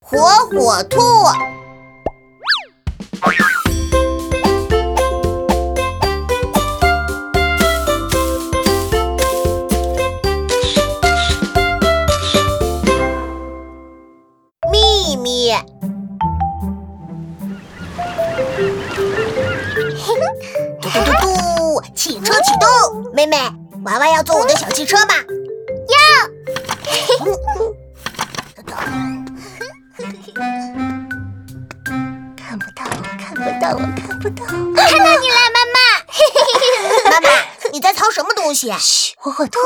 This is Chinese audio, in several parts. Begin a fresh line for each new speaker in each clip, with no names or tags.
火火兔。秘密。嘟嘟嘟嘟，汽车启动。妹妹，娃娃要坐我的小汽车吗？要。看不到我，看不到我，看不到。
看到你啦，妈妈！
妈妈，你在藏什么东西？啊嘘，
火火兔，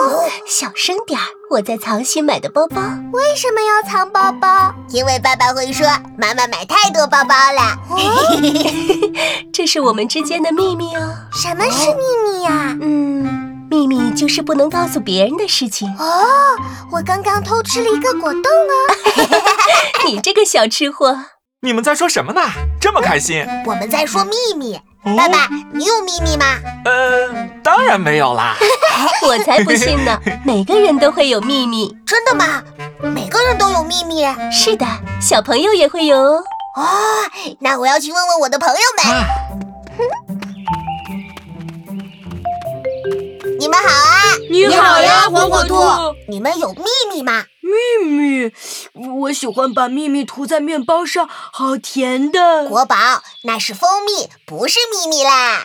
小声点儿！我在藏新买的包包。
为什么要藏包包？
因为爸爸会说妈妈买太多包包了。
哦
这是我们之间的秘密哦。
什么是秘密呀、
嗯，秘密就是不能告诉别人的事情。
哦，我刚刚偷吃了一个果冻哦。
你这个小吃货，
你们在说什么呢？这么开心？
我们在说秘密。
哦
爸爸，你有秘密吗？
呃，当然没有啦。
我才不信 呢。每个人都会有秘密。
真的吗？每个人都有秘密啊、
是的，小朋友也会有哦。
哦那我要去问问我的朋友们。
啊
你们好啊！
你好呀，火火兔。
你们有秘密吗？
秘密，我喜欢把秘密涂在面包上，好甜的。
国宝，那是蜂蜜，不是秘密啦。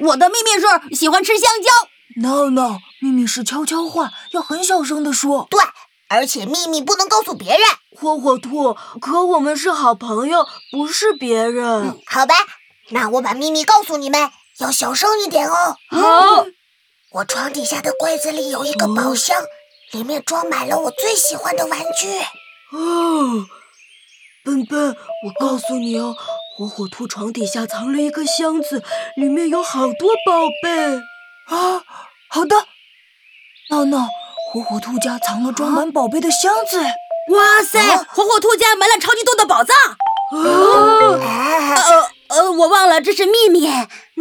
我的秘密是喜欢吃香蕉。
闹闹，秘密是悄悄话，要很小声的说。
对，而且秘密不能告诉别人。
火火兔，可我们是好朋友，不是别人。
嗯好吧，那我把秘密告诉你们，要小声一点哦。
好，
我床底下的柜子里有一个宝箱，里面装满了我最喜欢的玩具。
哦，笨笨，我告诉你哦，火火兔床底下藏了一个箱子，里面有好多宝贝。啊，好的。闹闹，火火兔家藏了装满宝贝的箱子。
哇塞，火火兔家埋了超级多的宝藏。
啊，
啊，
呃呃，我忘了这是秘密。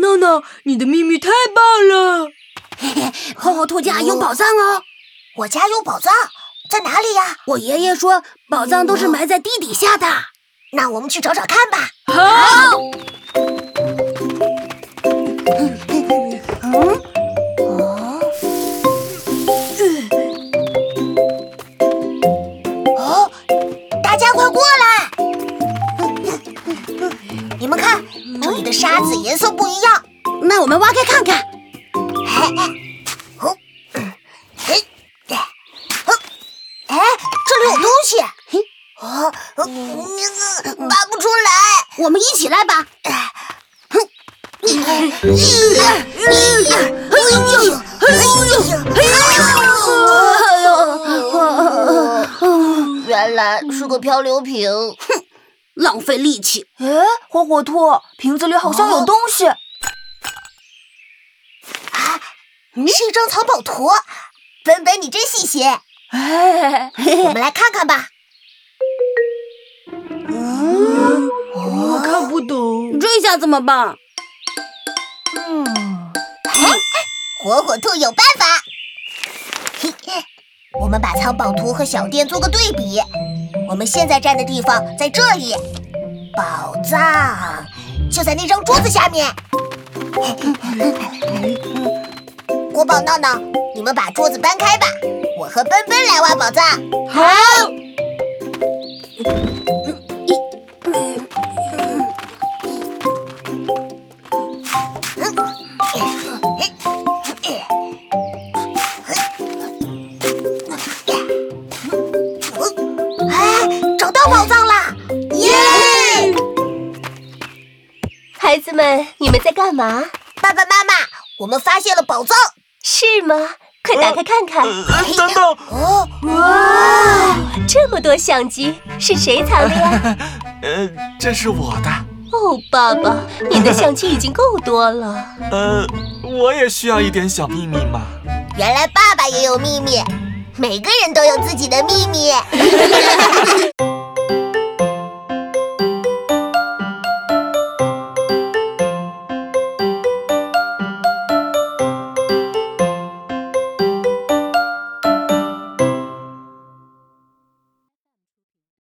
闹闹，你的秘密太棒了！
火火兔家有宝藏哦。
我家有宝藏，在哪里呀？
我爷爷说，宝藏都是埋在地底下的。
那我们去找找看吧。好。大家快过来！你们看，这里的沙子颜色不一样。
那我们挖开看看。
哎，哎，哎，这里有东西。啊，呃拔不出来。
我们一起来吧。
原来是个漂流瓶。
浪费力气。
哎，火火兔，瓶子里好像有东西。
是一张藏宝图。本本，你真细心。
哎，
我们来看看吧。
我看不懂。
这下怎么办？
火火兔有办法。嘿我们把藏宝图和小店做个对比。我们现在站的地方在这里，宝藏就在那张桌子下面。国宝闹闹，你们把桌子搬开吧，我和奔奔来挖宝藏。哎哎，找到宝藏啦！耶！
孩子们，你们在干嘛？
爸爸妈妈，我们发现了宝藏。
是吗？快打开看看，
呃，
哎
等等，
哦，
这么多相机是谁藏的呀？
呃，这是我的。
哦，爸爸，你的相机已经够多了。
呃，我也需要一点小秘密嘛。
原来爸爸也有秘密，每个人都有自己的秘密。